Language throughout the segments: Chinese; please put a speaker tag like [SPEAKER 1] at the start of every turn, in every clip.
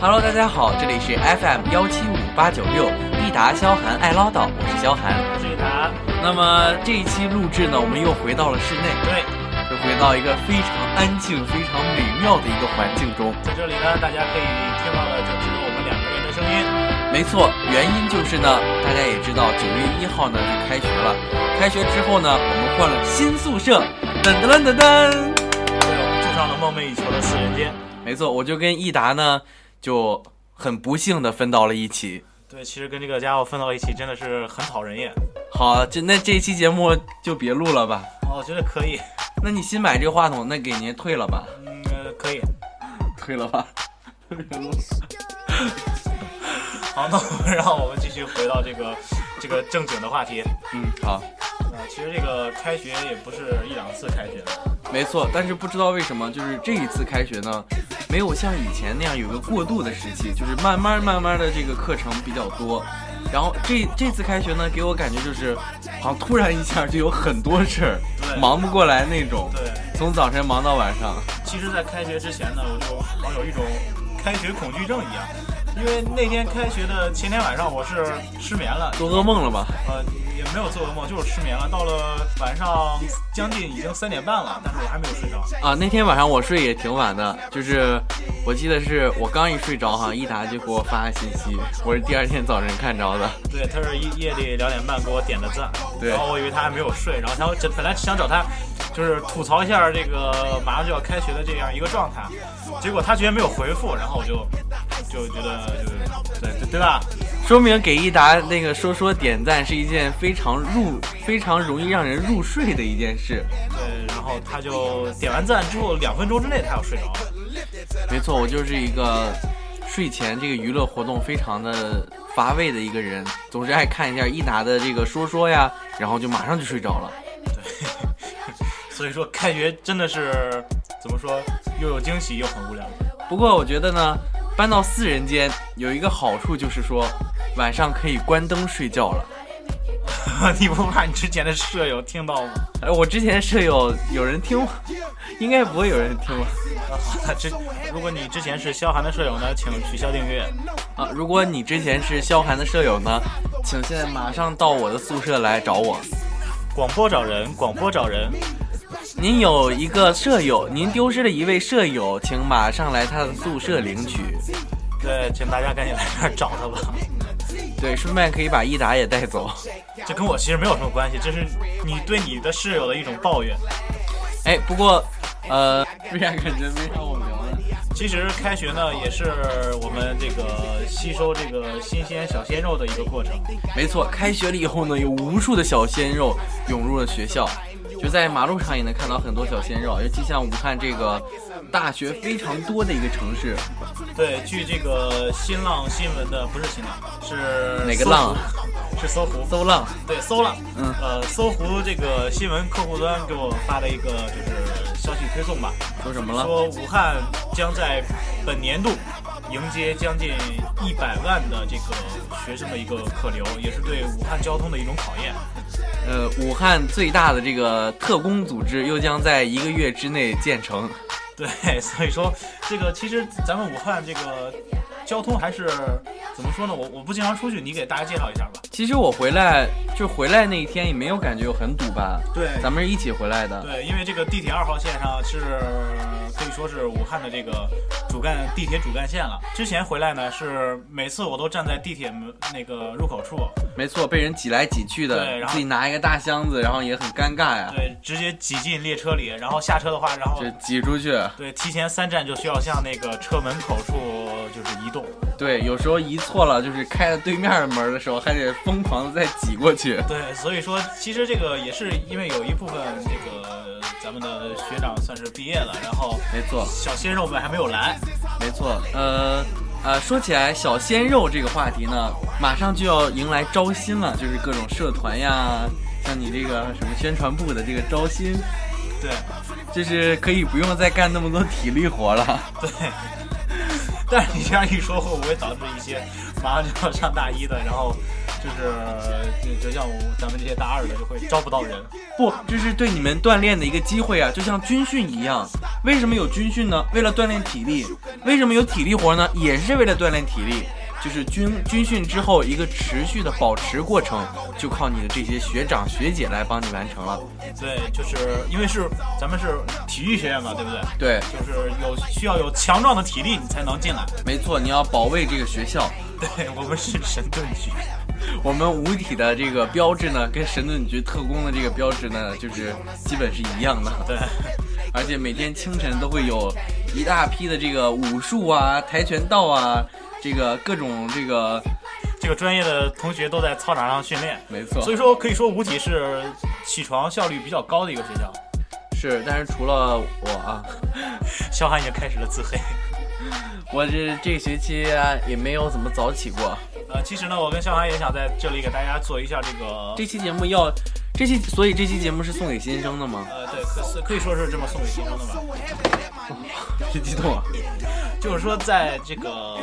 [SPEAKER 1] Hello，大家好，这里是 FM 幺七五八九六益达萧寒爱唠叨，我是萧寒。
[SPEAKER 2] 这一答
[SPEAKER 1] 那么这一期录制呢，我们又回到了室内，
[SPEAKER 2] 对，
[SPEAKER 1] 又回到一个非常安静、非常美妙的一个环境中。
[SPEAKER 2] 在这里呢，大家可以听到了，就只有我们两个人的声音。
[SPEAKER 1] 没错，原因就是呢，大家也知道，九月一号呢就开学了。开学之后呢，我们换了新宿舍，噔噔噔噔噔。
[SPEAKER 2] 还有住上了梦寐以求的四人间。
[SPEAKER 1] 没错，我就跟益达呢就很不幸的分到了一起。
[SPEAKER 2] 对，其实跟这个家伙分到一起真的是很讨人厌。
[SPEAKER 1] 好，这那这一期节目就别录了吧。
[SPEAKER 2] 哦，我觉得可以，
[SPEAKER 1] 那你新买这个话筒，那给您退了吧，
[SPEAKER 2] 嗯，呃可以。
[SPEAKER 1] 退了吧。
[SPEAKER 2] 好，那我们让我们继续回到这个这个正经的话题。
[SPEAKER 1] 嗯，好，
[SPEAKER 2] 啊，其实这个开学也不是一两次开学了，
[SPEAKER 1] 没错。但是不知道为什么，就是这一次开学呢，没有像以前那样有个过渡的时期，就是慢慢慢慢的这个课程比较多。然后这这次开学呢，给我感觉就是，好像突然一下就有很多事儿
[SPEAKER 2] 对，
[SPEAKER 1] 忙不过来那种，
[SPEAKER 2] 对。
[SPEAKER 1] 从早晨忙到晚上。
[SPEAKER 2] 其实，在开学之前呢，我就好有一种开学恐惧症一样，因为那天开学的前天晚上我是失眠了，
[SPEAKER 1] 做噩梦了吧？
[SPEAKER 2] 呃，也没有做噩梦，就是失眠啊了。到了晚上将近已经三点半了，但是我还没有睡着。
[SPEAKER 1] 啊，那天晚上我睡也挺晚的，就是我记得是我刚一睡着，好像益达就给我发信息，我是第二天早晨看着的。
[SPEAKER 2] 对，他是夜夜里两点半给我点的赞，
[SPEAKER 1] 对
[SPEAKER 2] 然后我以为他还没有睡，然后他本本来想找他，就是吐槽一下这个马上就要开学的这样一个状态，结果他居然没有回复，然后我就就觉得就是对对对吧？
[SPEAKER 1] 说明给益达那个说说点赞是一件非常入、非常容易让人入睡的一件事。
[SPEAKER 2] 对，然后他就点完赞之后两分钟之内他要睡着 了。
[SPEAKER 1] 没错，我就是一个睡前这个娱乐活动非常的乏味的一个人，总是爱看一下益达的这个说说呀，然后就马上就睡着了。
[SPEAKER 2] 所以说开学真的是怎么说，又有惊喜又很无聊。
[SPEAKER 1] 不过我觉得呢，搬到四人间有一个好处就是说，晚上可以关灯睡觉了。
[SPEAKER 2] 啊你不怕你之前的舍友听到吗？
[SPEAKER 1] 哎，我之前舍友有人听吗？ 应该不会有人听吧？
[SPEAKER 2] 啊好了，之如果你之前是萧寒的舍友呢，请取消订阅。
[SPEAKER 1] 啊，如果你之前是萧寒的舍友呢，请现在马上到我的宿舍来找我。
[SPEAKER 2] 广播找人，广播找人。
[SPEAKER 1] 您有一个舍友，您丢失了一位舍友，请马上来他的宿舍领取。
[SPEAKER 2] 对，请大家赶紧来这儿找他吧。
[SPEAKER 1] 对，顺便可以把益达也带走。
[SPEAKER 2] 这跟我其实没有什么关系，这是你对你的室友的一种抱怨。
[SPEAKER 1] 哎，不过，呃，为啥感觉没啥我聊的？
[SPEAKER 2] 其实开学呢，也是我们这个吸收这个新鲜小鲜肉的一个过程。
[SPEAKER 1] 没错，开学了以后呢，有无数的小鲜肉涌入了学校，就在马路上也能看到很多小鲜肉，尤其像武汉这个大学非常多的一个城市。
[SPEAKER 2] 对，据这个新浪新闻的，不是新浪，是
[SPEAKER 1] 哪个
[SPEAKER 2] 搜狐
[SPEAKER 1] 浪？啊
[SPEAKER 2] 是搜狐。
[SPEAKER 1] 搜浪，
[SPEAKER 2] 对，搜了。
[SPEAKER 1] 嗯
[SPEAKER 2] 呃，搜狐这个新闻客户端给我发了一个就是消息推送吧，
[SPEAKER 1] 说什么了？
[SPEAKER 2] 说武汉将在本年度迎接将近一百万的这个学生的一个客流，也是对武汉交通的一种考验。
[SPEAKER 1] 呃，武汉最大的这个特工组织又将在一个月之内建成。
[SPEAKER 2] 对，所以说这个其实咱们武汉这个交通还是怎么说呢？我我不经常出去，你给大家介绍一下吧。
[SPEAKER 1] 其实我回来就回来那一天也没有感觉有很堵吧，
[SPEAKER 2] 对
[SPEAKER 1] 咱们是一起回来的。
[SPEAKER 2] 对，因为这个地铁二号线上是可以说是武汉的这个主干地铁主干线了。之前回来呢，是每次我都站在地铁门那个入口处，
[SPEAKER 1] 没错，被人挤来挤去
[SPEAKER 2] 对
[SPEAKER 1] 的，
[SPEAKER 2] 然后
[SPEAKER 1] 自己拿一个大箱子，然后也很尴尬呀，
[SPEAKER 2] 对，直接挤进列车里，然后下车的话，然后
[SPEAKER 1] 就挤出去。
[SPEAKER 2] 对，提前三站就需要向那个车门口处就是移动。
[SPEAKER 1] 对，有时候移错了，就是开了对面的门的时候，还得疯狂的再挤过去。
[SPEAKER 2] 对，所以说其实这个也是因为有一部分这个咱们的学长算是毕业了，然后
[SPEAKER 1] 没错，
[SPEAKER 2] 小鲜肉们还没有来。
[SPEAKER 1] 没错。呃呃，说起来小鲜肉这个话题呢，马上就要迎来招新了，就是各种社团呀，像你这个什么宣传部的这个招新，
[SPEAKER 2] 对
[SPEAKER 1] 就是可以不用再干那么多体力活了。
[SPEAKER 2] 对， 但是你这样一说，会不会导致一些马上就要上大一的，然后就是就就像我咱们这些大二的就会招不到人，
[SPEAKER 1] 不，这是对你们锻炼的一个机会啊，就像军训一样。为什么有军训呢？为了锻炼体力。为什么有体力活呢？也是为了锻炼体力。就是军军训之后一个持续的保持过程，就靠你的这些学长学姐来帮你完成了。
[SPEAKER 2] 对，就是因为是咱们是体育学院嘛，对不对？
[SPEAKER 1] 对，
[SPEAKER 2] 就是有需要有强壮的体力，你才能进来。
[SPEAKER 1] 没错，你要保卫这个学校。
[SPEAKER 2] 对我们是神盾局，
[SPEAKER 1] 我们五体的这个标志呢，跟神盾局特工的这个标志呢，就是基本是一样的。
[SPEAKER 2] 对，
[SPEAKER 1] 而且每天清晨都会有一大批的这个武术啊、跆拳道啊，这个各种这个，
[SPEAKER 2] 这个专业的同学都在操场上训练，
[SPEAKER 1] 没错，
[SPEAKER 2] 所以说可以说五体是起床效率比较高的一个学校。
[SPEAKER 1] 是。但是除了我啊，
[SPEAKER 2] 肖汉也开始了自黑。
[SPEAKER 1] 我这这个学期、啊、也没有怎么早起过。
[SPEAKER 2] 呃，其实呢，我跟肖涵也想在这里给大家做一下这个，
[SPEAKER 1] 这期节目要，这期所以这期节目是送给新生的吗？
[SPEAKER 2] 呃，对，可是可以说是这么送给新生的吧。
[SPEAKER 1] 别激动啊！
[SPEAKER 2] 就是说，在这个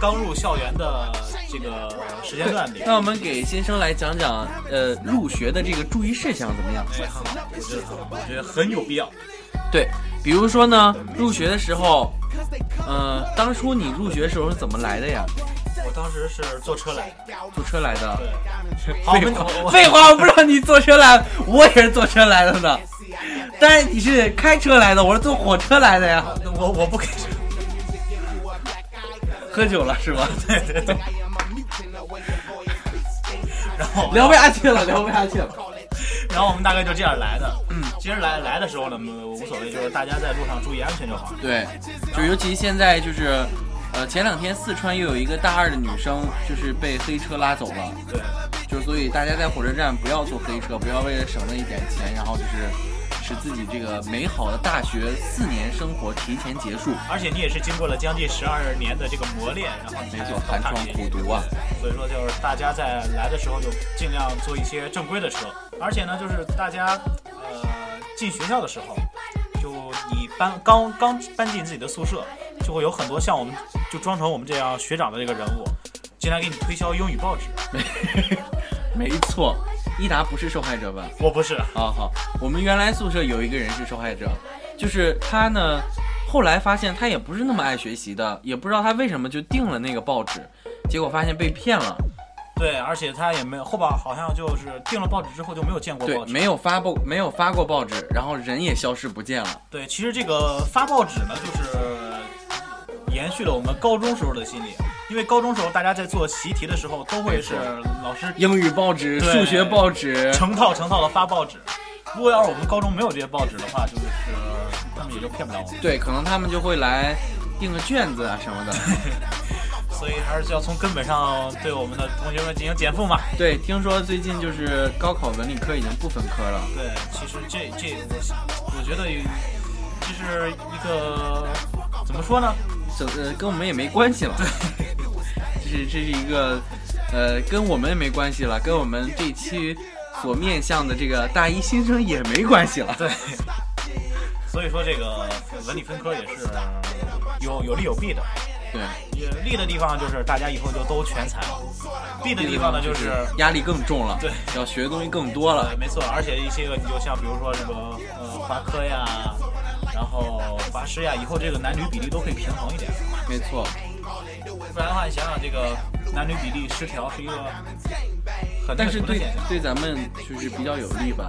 [SPEAKER 2] 刚入校园的这个时间段里，
[SPEAKER 1] 那我们给新生来讲讲，呃，入学的这个注意事项怎么样？
[SPEAKER 2] 哎，很好，我觉得很好，我觉得很有必要。
[SPEAKER 1] 对，比如说呢，入学的时候，嗯、呃，当初你入学的时候是怎么来的呀？
[SPEAKER 2] 我当时是坐车来的，
[SPEAKER 1] 坐车来的。
[SPEAKER 2] 对。好，我
[SPEAKER 1] 废
[SPEAKER 2] 们
[SPEAKER 1] 话，
[SPEAKER 2] 我
[SPEAKER 1] 废话，我不知道你坐车来，我也是坐车来的呢。但是你是开车来的，我是坐火车来的呀。
[SPEAKER 2] 我我不给，
[SPEAKER 1] 喝酒了是 吧？
[SPEAKER 2] 对对对。然后
[SPEAKER 1] 聊不下去了，聊不下去了。
[SPEAKER 2] 然后我们大概就这样来的。嗯，其实来来的时候呢，无所谓，就是大家在路上注意安全就好。
[SPEAKER 1] 对，就尤其现在就是，呃，前两天四川又有一个大二的女生就是被黑车拉走了，
[SPEAKER 2] 对，
[SPEAKER 1] 就所以大家在火车站不要坐黑车，不要为了省那一点钱，然后就是使自己这个美好的大学四年生活提前结束。
[SPEAKER 2] 而且你也是经过了将近十二年的这个磨练，然后你
[SPEAKER 1] 没
[SPEAKER 2] 才
[SPEAKER 1] 错
[SPEAKER 2] 到，
[SPEAKER 1] 寒
[SPEAKER 2] 大
[SPEAKER 1] 窗
[SPEAKER 2] 学
[SPEAKER 1] 苦读啊，
[SPEAKER 2] 所以说就是大家在来的时候就尽量坐一些正规的车，而且呢，就是大家呃进学校的时候，就你搬刚刚搬进自己的宿舍，就会有很多像我们就装成我们这样学长的这个人物，进来给你推销英语报纸。
[SPEAKER 1] 没错，伊达不是受害者吧？
[SPEAKER 2] 我不是，
[SPEAKER 1] 啊好，我们原来宿舍有一个人是受害者，就是他呢，后来发现他也不是那么爱学习的，也不知道他为什么就订了那个报纸，结果发现被骗了，
[SPEAKER 2] 对，而且他也没有后边好像就是订了报纸之后就没有见过
[SPEAKER 1] 对
[SPEAKER 2] 报，纸。
[SPEAKER 1] 没有发布，没有发过报纸，然后人也消失不见了，
[SPEAKER 2] 对，其实这个发报纸呢，就是延续了我们高中时候的心理，因为高中时候大家在做习题的时候，都会是
[SPEAKER 1] 没
[SPEAKER 2] 老师
[SPEAKER 1] 英语报纸、
[SPEAKER 2] 对
[SPEAKER 1] 数学报纸，
[SPEAKER 2] 成套成套的发报纸。如果要是我们高中没有这些报纸的话，就是他们也就骗不了我们。
[SPEAKER 1] 对，可能他们就会来订个卷子啊什么的，
[SPEAKER 2] 所以还是要从根本上对我们的同学们进行减负嘛。
[SPEAKER 1] 对，听说最近就是高考文理科已经不分科了，
[SPEAKER 2] 对，其实这这我我觉得有这是一个怎么说呢？
[SPEAKER 1] 这呃跟我们也没关系了。 这是这是一个呃跟我们也没关系了，跟我们这期所面向的这个大一新生也没关系了。
[SPEAKER 2] 对， 所以说这个文理分科也是有有利有弊的。
[SPEAKER 1] 对，
[SPEAKER 2] 也利的地方就是大家以后就都全才了，弊的地方呢就是
[SPEAKER 1] 压力更重了，
[SPEAKER 2] 对，
[SPEAKER 1] 要学的东西更多
[SPEAKER 2] 呃
[SPEAKER 1] 了。
[SPEAKER 2] 没错，而且一些个你就像比如说这个呃华科呀，然后华师呀，以后这个男女比例都可以平衡一点，
[SPEAKER 1] 没错，
[SPEAKER 2] 不然的话你想想这个男女比例失调是一个很
[SPEAKER 1] 但是
[SPEAKER 2] 那个什么的
[SPEAKER 1] 对
[SPEAKER 2] 现象，
[SPEAKER 1] 对咱们就是比较有利吧。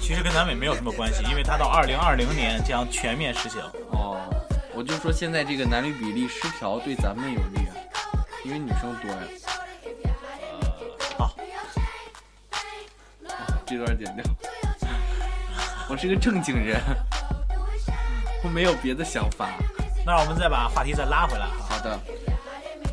[SPEAKER 2] 其实跟南美没有什么关系，因为它到二零二零年将全面实行。
[SPEAKER 1] 哦，我就说现在这个男女比例失调对咱们有利啊，因为女生多呀。
[SPEAKER 2] 呃好，
[SPEAKER 1] 这段剪掉。 我是个正经人，我没有别的想法。
[SPEAKER 2] 那我们再把话题再拉回来哈。
[SPEAKER 1] 好的，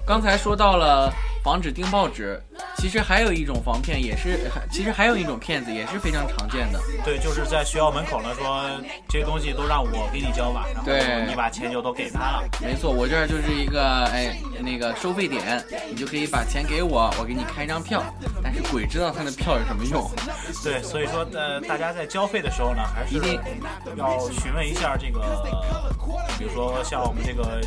[SPEAKER 1] 刚才说到了防止订报纸，其实还有一种防骗，也是还其实还有一种骗子也是非常常见的，
[SPEAKER 2] 对，就是在学校门口呢说这些东西都让我给你交吧，然
[SPEAKER 1] 对
[SPEAKER 2] 后你把钱就都给他了。
[SPEAKER 1] 没错，我这儿就是一个哎那个收费点，你就可以把钱给我，我给你开一张票，但是鬼知道他那票有什么用，
[SPEAKER 2] 对，所以说呃，大家在交费的时候呢，还是
[SPEAKER 1] 一定
[SPEAKER 2] 要询问一下这个，比如说像我们这个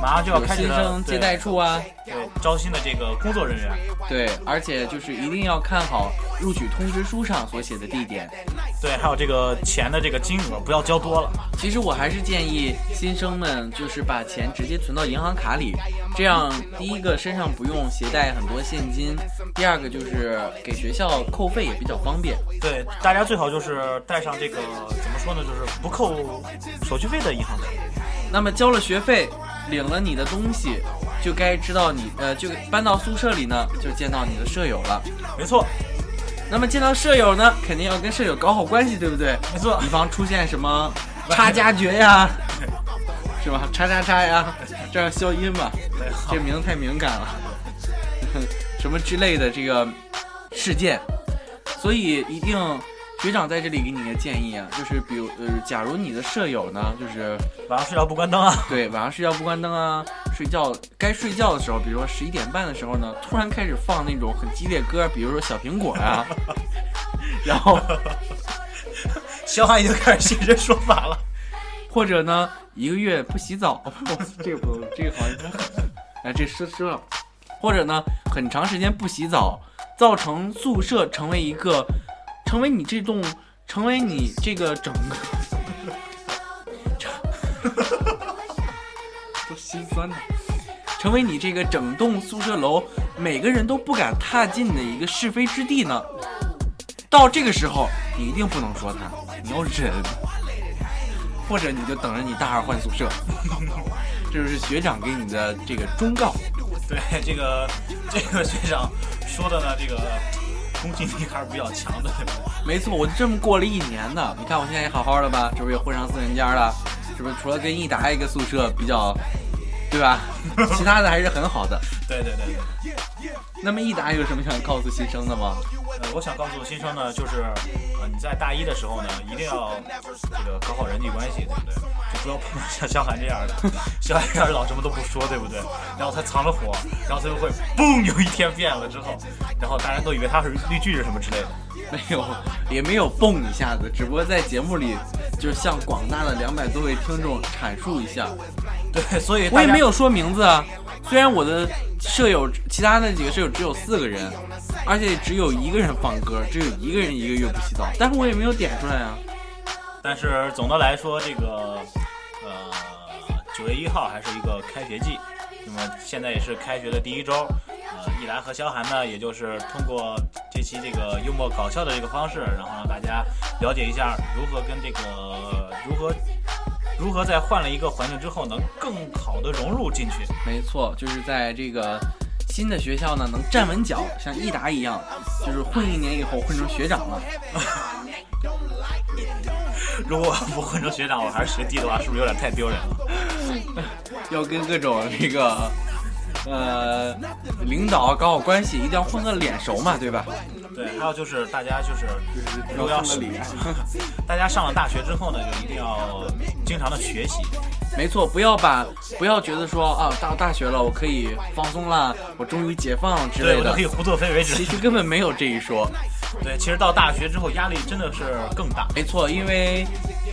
[SPEAKER 2] 马上就要
[SPEAKER 1] 有
[SPEAKER 2] 开
[SPEAKER 1] 新
[SPEAKER 2] 始的
[SPEAKER 1] 生接待处啊，
[SPEAKER 2] 对对招新的这个工作人员，
[SPEAKER 1] 对，而且就是一定要看好录取通知书上所写的地点。
[SPEAKER 2] 对，还有这个钱的这个金额不要交多了。
[SPEAKER 1] 其实我还是建议新生们就是把钱直接存到银行卡里，这样第一个身上不用携带很多现金，第二个就是给学校扣费也比较方便。
[SPEAKER 2] 对，大家最好就是带上这个怎么说呢，就是不扣手续费的银行卡。
[SPEAKER 1] 那么交了学费，领了你的东西，就该知道你呃就搬到宿舍里呢，就见到你的舍友了。
[SPEAKER 2] 没错，
[SPEAKER 1] 那么见到舍友呢，肯定要跟舍友搞好关系，对不对？
[SPEAKER 2] 没错
[SPEAKER 1] 以，防出现什么叉加爵呀，是吧？叉叉叉呀，这样消音吧。
[SPEAKER 2] 对好
[SPEAKER 1] 这名字太敏感了， 什么之类的这个事件，所以一定学长在这里给你个建议啊，就是比如呃，假如你的舍友呢，就是
[SPEAKER 2] 晚上睡觉不关灯啊。
[SPEAKER 1] 对晚上睡觉不关灯啊，睡觉该睡觉的时候，比如说十一点半的时候呢，突然开始放那种很激烈歌，比如说小苹果啊，然后
[SPEAKER 2] 小海已经开始现身说法了。
[SPEAKER 1] 或者呢一个月不洗澡， 这个不这个好像哎这说说了，或者呢很长时间不洗澡，造成宿舍成为一个，成为你这栋，成为你这个整个， 都心酸的，成为你这个整栋宿舍楼每个人都不敢踏进的一个是非之地呢。到这个时候，你一定不能说他，你要忍，或者你就等着你大二换宿舍。 这就是学长给你的这个忠告。
[SPEAKER 2] 对，这个这个学长说的呢，这个攻击力还是比较强的，对不对？
[SPEAKER 1] 没错，我就这么过了一年呢。你看我现在也好好的吧，这不是也混上四人间了？是不是除了跟益达一个宿舍比较，对吧？其他的还是很好的。
[SPEAKER 2] 对对对对。
[SPEAKER 1] 那么益达有什么想告诉新生的吗？
[SPEAKER 2] 呃，我想告诉新生呢，就是呃你在大一的时候呢，一定要这个搞好人际关系，对不对？就不要碰到像小海这样的， 小海这样老什么都不说，对不对？然后他藏着火，然后他就会嘣，有一天变了之后，然后大家都以为他是绿巨人什么之类的。
[SPEAKER 1] 没有，也没有蹦一下子，只不过在节目里，就是向广大的两百多位听众阐述一下。
[SPEAKER 2] 对，所以大
[SPEAKER 1] 我也
[SPEAKER 2] 家
[SPEAKER 1] 没有说名字啊，虽然我的舍友其他的几个舍友只有四个人，而且只有一个人放歌，只有一个人一个月不洗澡，但是我也没有点出来啊。
[SPEAKER 2] 但是总的来说，这个呃九月一号还是一个开学季，那么现在也是开学的第一周。呃，一来和萧寒呢，也就是通过这期这个幽默搞笑的这个方式，然后让大家了解一下如何跟这个如何如何在换了一个环境之后能更好的融入进去。
[SPEAKER 1] 没错，就是在这个新的学校呢，能站稳脚，像益达一样，就是混一年以后混成学长了。
[SPEAKER 2] 如果不混成学长，我还是学弟的话，是不是有点太丢人了？
[SPEAKER 1] 要跟各种这个呃领导搞好关系，一定要混个脸熟嘛，对吧？
[SPEAKER 2] 对，还有就是大家就是如果
[SPEAKER 1] 要
[SPEAKER 2] 要
[SPEAKER 1] 混
[SPEAKER 2] 是
[SPEAKER 1] 个脸。
[SPEAKER 2] 大家上了大学之后呢，就一定要经常的学习。
[SPEAKER 1] 没错，不要把不要觉得说啊，到大学了，我可以放松啦，我终于解放了之
[SPEAKER 2] 对，
[SPEAKER 1] 类
[SPEAKER 2] 我就
[SPEAKER 1] 的
[SPEAKER 2] 可以。胡作非为之
[SPEAKER 1] 其
[SPEAKER 2] 类的。
[SPEAKER 1] 实根本没有这一说。
[SPEAKER 2] 对，其实到大学之后压力真的是更大。
[SPEAKER 1] 没错，因为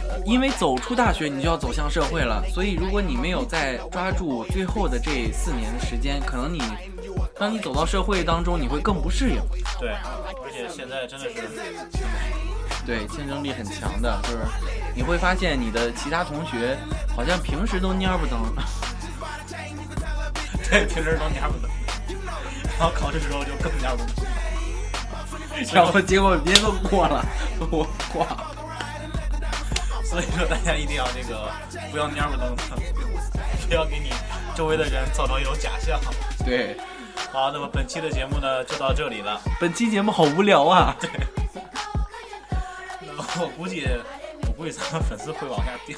[SPEAKER 1] 呃因为走出大学，你就要走向社会了，所以如果你没有再抓住最后的这四年的时间，可能你当你走到社会当中，你会更不适应。
[SPEAKER 2] 对，而且现在真的是，
[SPEAKER 1] 对，竞争力很强的，就是你会发现你的其他同学好像平时都蔫不登，
[SPEAKER 2] 对，平时都蔫不得，然后考试之后就更蔫不得。
[SPEAKER 1] 然后结果别都过了，我挂。
[SPEAKER 2] 所以说大家一定要这个不要蔫不登的，不要给你周围的人造成一种假象。
[SPEAKER 1] 对，
[SPEAKER 2] 好，那么本期的节目呢就到这里了。
[SPEAKER 1] 本期节目好无聊啊。
[SPEAKER 2] 那么我估计，我估计咱们粉丝会往下掉。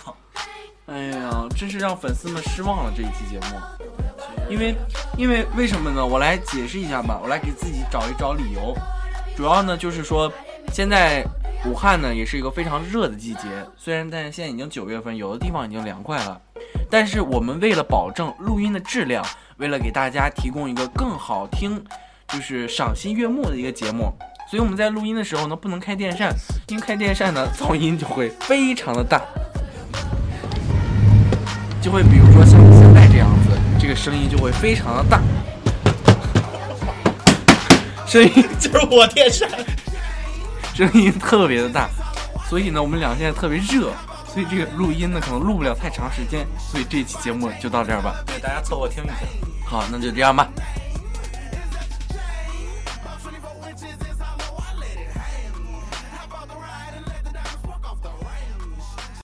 [SPEAKER 1] 哎呀，真是让粉丝们失望了这一期节目。
[SPEAKER 2] 其实
[SPEAKER 1] 因为因为为什么呢？我来解释一下吧，我来给自己找一找理由。主要呢就是说，现在武汉呢也是一个非常热的季节，虽然但是现在已经九月份，有的地方已经凉快了，但是我们为了保证录音的质量，为了给大家提供一个更好听，就是赏心悦目的一个节目。所以我们在录音的时候呢，不能开电扇，因为开电扇呢，噪音就会非常的大，就会比如说像现在这样子，这个声音就会非常的大，声音
[SPEAKER 2] 就是我电扇。
[SPEAKER 1] 声音特别的大，所以呢，我们俩现在特别热，所以这个录音呢可能录不了太长时间，所以这期节目就到这儿吧。
[SPEAKER 2] 对，大家凑合听一下。
[SPEAKER 1] 好，那就这样吧，